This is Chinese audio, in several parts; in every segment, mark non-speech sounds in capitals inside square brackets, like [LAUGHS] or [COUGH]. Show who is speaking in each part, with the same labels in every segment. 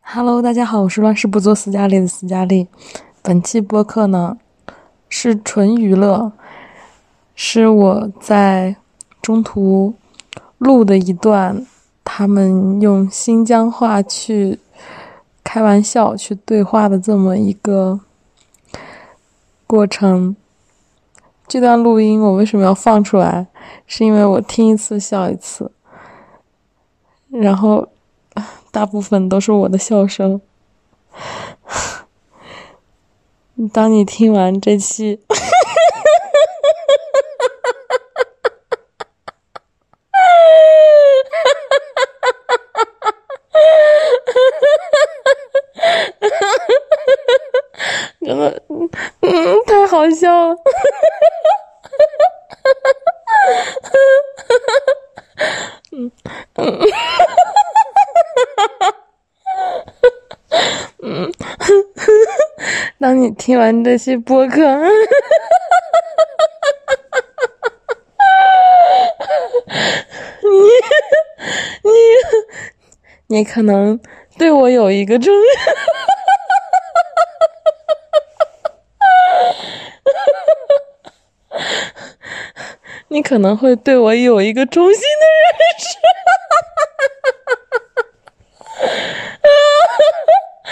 Speaker 1: Hello，大家好，我是乱世不做斯嘉丽的斯嘉丽。本期播客呢是纯娱乐，是我在中途录的一段，他们用新疆话去开玩笑、去对话的这么一个过程。这段录音我为什么要放出来？是因为我听一次笑一次，然后大部分都是我的笑声。当你听完这期，真的，嗯嗯，太好笑了。当你听完这期播客， [LAUGHS] 你你你可能对我有一个重要， [LAUGHS] 你可能会对我有一个重新的认 [LAUGHS] 识。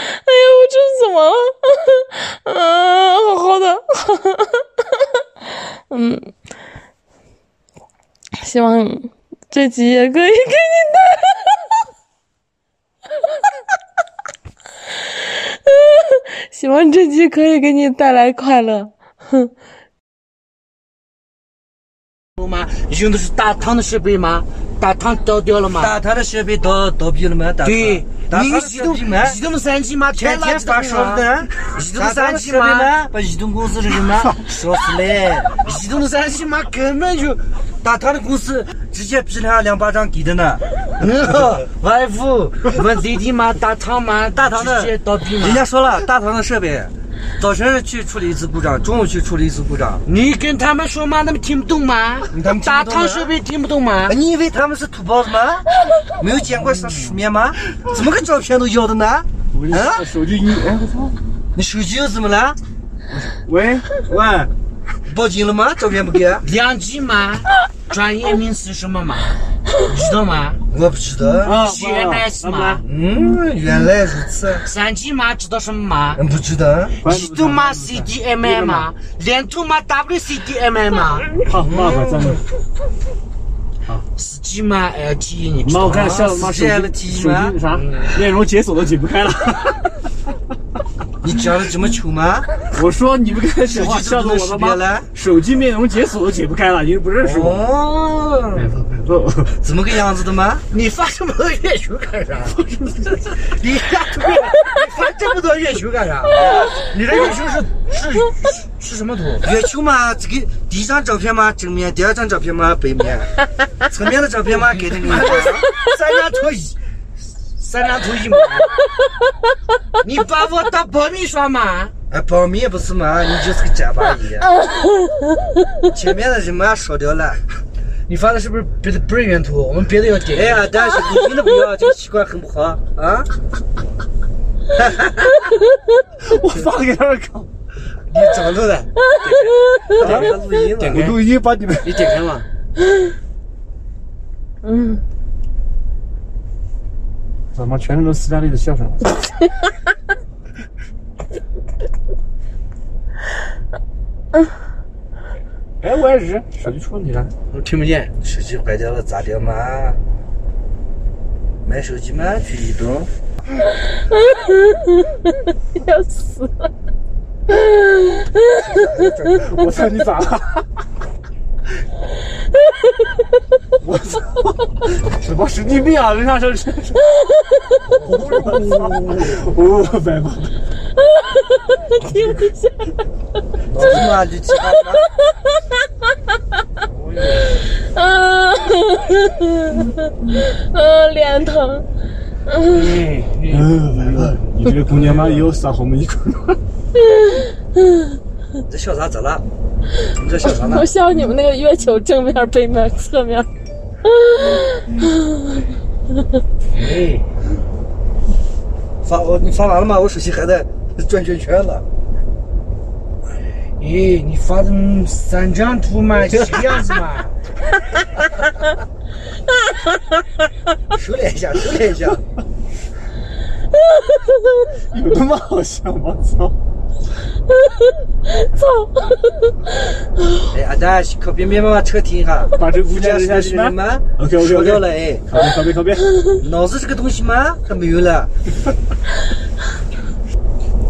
Speaker 1: 哎呀，我这是怎么了？嗯、好好的， [LAUGHS] 嗯，希望这集也可以给你带。 [LAUGHS] 希望这集可以给你带来快乐。 [LAUGHS]
Speaker 2: 吗？用的是打汤的设备吗？打汤倒掉了吗？
Speaker 3: 打他的设备倒倒闭了吗？打
Speaker 2: 对，
Speaker 3: 打
Speaker 2: 你
Speaker 3: 他
Speaker 2: 有
Speaker 3: 的
Speaker 2: 移
Speaker 3: 设
Speaker 2: 动
Speaker 3: 备吗？
Speaker 2: 移动三 G 吗？太
Speaker 3: 天
Speaker 2: 垃
Speaker 3: 天
Speaker 2: 圾
Speaker 3: 发烧
Speaker 2: 了
Speaker 3: 的啊
Speaker 2: 吗
Speaker 3: 人，
Speaker 2: 移动三 G
Speaker 3: 打他的设备
Speaker 2: 吗？
Speaker 3: 吗？把移动公司的人吗烧死嘞！
Speaker 2: 移动三 G 吗？根本就，
Speaker 3: 打他的公司直接批了两巴掌给的呢，
Speaker 2: [LAUGHS] 嗯，vivo 问 ZD 吗？打汤吗？
Speaker 3: 大堂的
Speaker 2: 直接倒闭吗
Speaker 3: 人？家说了，大堂的设备早晨去处理一次故障，中午去处理一次故障。
Speaker 2: 你跟他们说吗？他们听不懂吗？
Speaker 3: 他们听不懂
Speaker 2: 打
Speaker 3: 吗
Speaker 2: 汤设备听不懂吗？
Speaker 3: 你以为他们是土包子吗？没有见过啥世面吗？怎么个照片都要的呢？啊，
Speaker 4: 手机一，哎，我操！
Speaker 3: 你手机又怎么了？
Speaker 4: 喂喂，
Speaker 3: 报警了吗？照片不给？
Speaker 2: 两 G 吗？专业名词什么吗？知道吗？
Speaker 3: 我不知道。
Speaker 4: 啊，
Speaker 2: 学 nice 吗？
Speaker 3: 嗯，原来如此。
Speaker 2: 三 G 吗？知道什么吗？
Speaker 3: 嗯，不知道。
Speaker 2: 移动吗？CDMA 吗？联通吗？WCDMA 吗？
Speaker 4: 好，麻烦咱们，
Speaker 2: 司机吗？LTE 哎你知
Speaker 4: 妈，
Speaker 2: 道
Speaker 4: 我
Speaker 2: 吗？
Speaker 4: 看下了，妈手机手机那啥，面容解锁都解不 [LAUGHS] 开了。
Speaker 3: 你讲的这么糗吗？
Speaker 4: 我说你们跟讲话笑的我他妈手机面容解锁都解不开了，你不认识我？
Speaker 3: 哦，怎么个样子的吗？
Speaker 2: 你发这么多月球干啥？你发这么你发这么多月球干啥？你这月球是是是什么图？
Speaker 3: 月球嘛，这个第一张照片嘛正面，第二张照片嘛背面，侧面的照片嘛给的你，
Speaker 2: 三张图一，三张图一模一样。你把我当保密霜吗？
Speaker 3: 哎，保密不是嘛，你就是个假巴爷。前面的人嘛烧掉了，
Speaker 2: 你发的是不是别的不是原图？我们别的要点
Speaker 3: 哎呀，但是你真的不要，这个习惯很不好啊。
Speaker 4: 我发给他们 [LAUGHS] 看，
Speaker 3: 你怎么录的？点开啊录音了。
Speaker 4: 录音把你们
Speaker 2: 你点开吗？
Speaker 4: 怎么全都是斯嘉丽的笑 [LAUGHS] 声？哎，我也是，手机出问题了。
Speaker 2: 我听不见。
Speaker 3: 手机坏掉了咋掉嘛？买手机嘛，去移动。
Speaker 1: 要死！
Speaker 4: [LAUGHS] 我操，你咋了？我操！什么神经病啊！人家这是，我操！我白吧，
Speaker 3: 老子嘛，你去干嘛？
Speaker 1: 啊，啊，脸疼。
Speaker 4: 嗯，白吧，你这个姑娘妈又撒红一口。
Speaker 3: 你在笑啥子了？你在笑啥呢
Speaker 1: [LAUGHS] 我？笑你们那个月球正面、背面、侧面。
Speaker 3: 哎，发我你发完了吗？我手机还在 [LAUGHS] 转圈圈呢。
Speaker 2: 咦，你发的嗯三张 [LAUGHS] 图嘛，是这样子嘛？
Speaker 3: 收敛一下，收敛一下。 [LAUGHS]
Speaker 4: 有那么好笑吗？啊操！
Speaker 3: 哎呀，咱可别别把车停一下。
Speaker 4: 把这无
Speaker 3: 这
Speaker 4: 家
Speaker 3: 样
Speaker 4: 人
Speaker 3: 是
Speaker 4: 家
Speaker 3: 是
Speaker 4: 是
Speaker 3: 人
Speaker 4: 吗？
Speaker 3: 们
Speaker 4: OK，OK，OK
Speaker 3: 说掉了哎，
Speaker 4: 靠边靠边靠边！
Speaker 3: 脑子这个东西嘛，它没有了。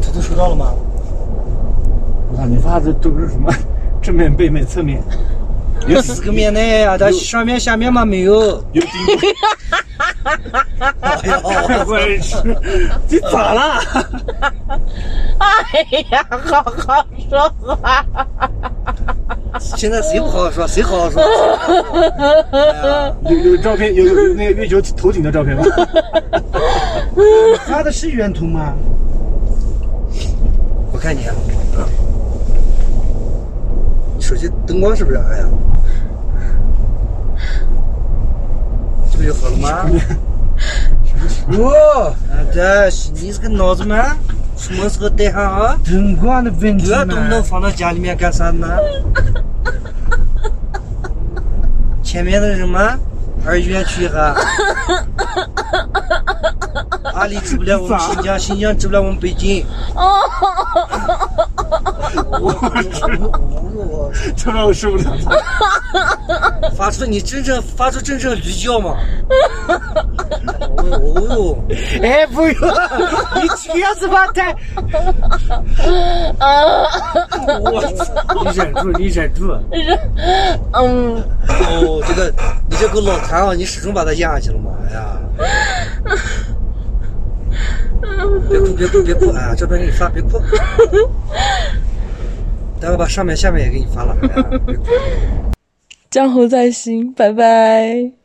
Speaker 3: 图图收到了吗？
Speaker 4: 我 [LAUGHS] 操，你发的都是什么正面、背面、侧面？
Speaker 3: 有四个面呢，啊，咱
Speaker 4: 有
Speaker 3: 上面下面嘛没有。
Speaker 4: 有顶 [LAUGHS] 部，
Speaker 3: 哎呀，
Speaker 4: 我去，你咋了？
Speaker 5: 哎呀，好好说话。
Speaker 3: 现在谁不好好说，谁好好说？哎呀
Speaker 4: 有有照片，有有有那个 [LAUGHS] 月球头顶的照片吗？
Speaker 2: 发的是原图吗？
Speaker 3: 我看你啊，手机灯光是不是暗呀？啊这不就好了吗？
Speaker 2: 哦，
Speaker 3: 啊，对，你这个脑子嘛，什么时候带上啊？
Speaker 2: 灯光的问题
Speaker 3: 不要
Speaker 4: [LAUGHS]
Speaker 3: 动不动
Speaker 2: 嘛。
Speaker 3: 放到家里面干啥呢？前面的什么二院区哈，阿里治不了我们新疆，新疆治不了我们北京。我
Speaker 4: 这让我受不了。
Speaker 3: 发出你真正发出真正驴叫嘛？哦哦，
Speaker 2: 哎，不用，你这样子吧，太……
Speaker 3: 我操！
Speaker 2: 你忍住，你忍住。
Speaker 5: 嗯，
Speaker 3: 哦，这个你这狗老痰啊，你始终把它咽下去了吗？哎呀！别哭，别哭，别哭！哎呀，照片给你发，别哭。待会把上面、下面也给你发了。哎呀，别哭。
Speaker 1: 江湖在心，拜拜。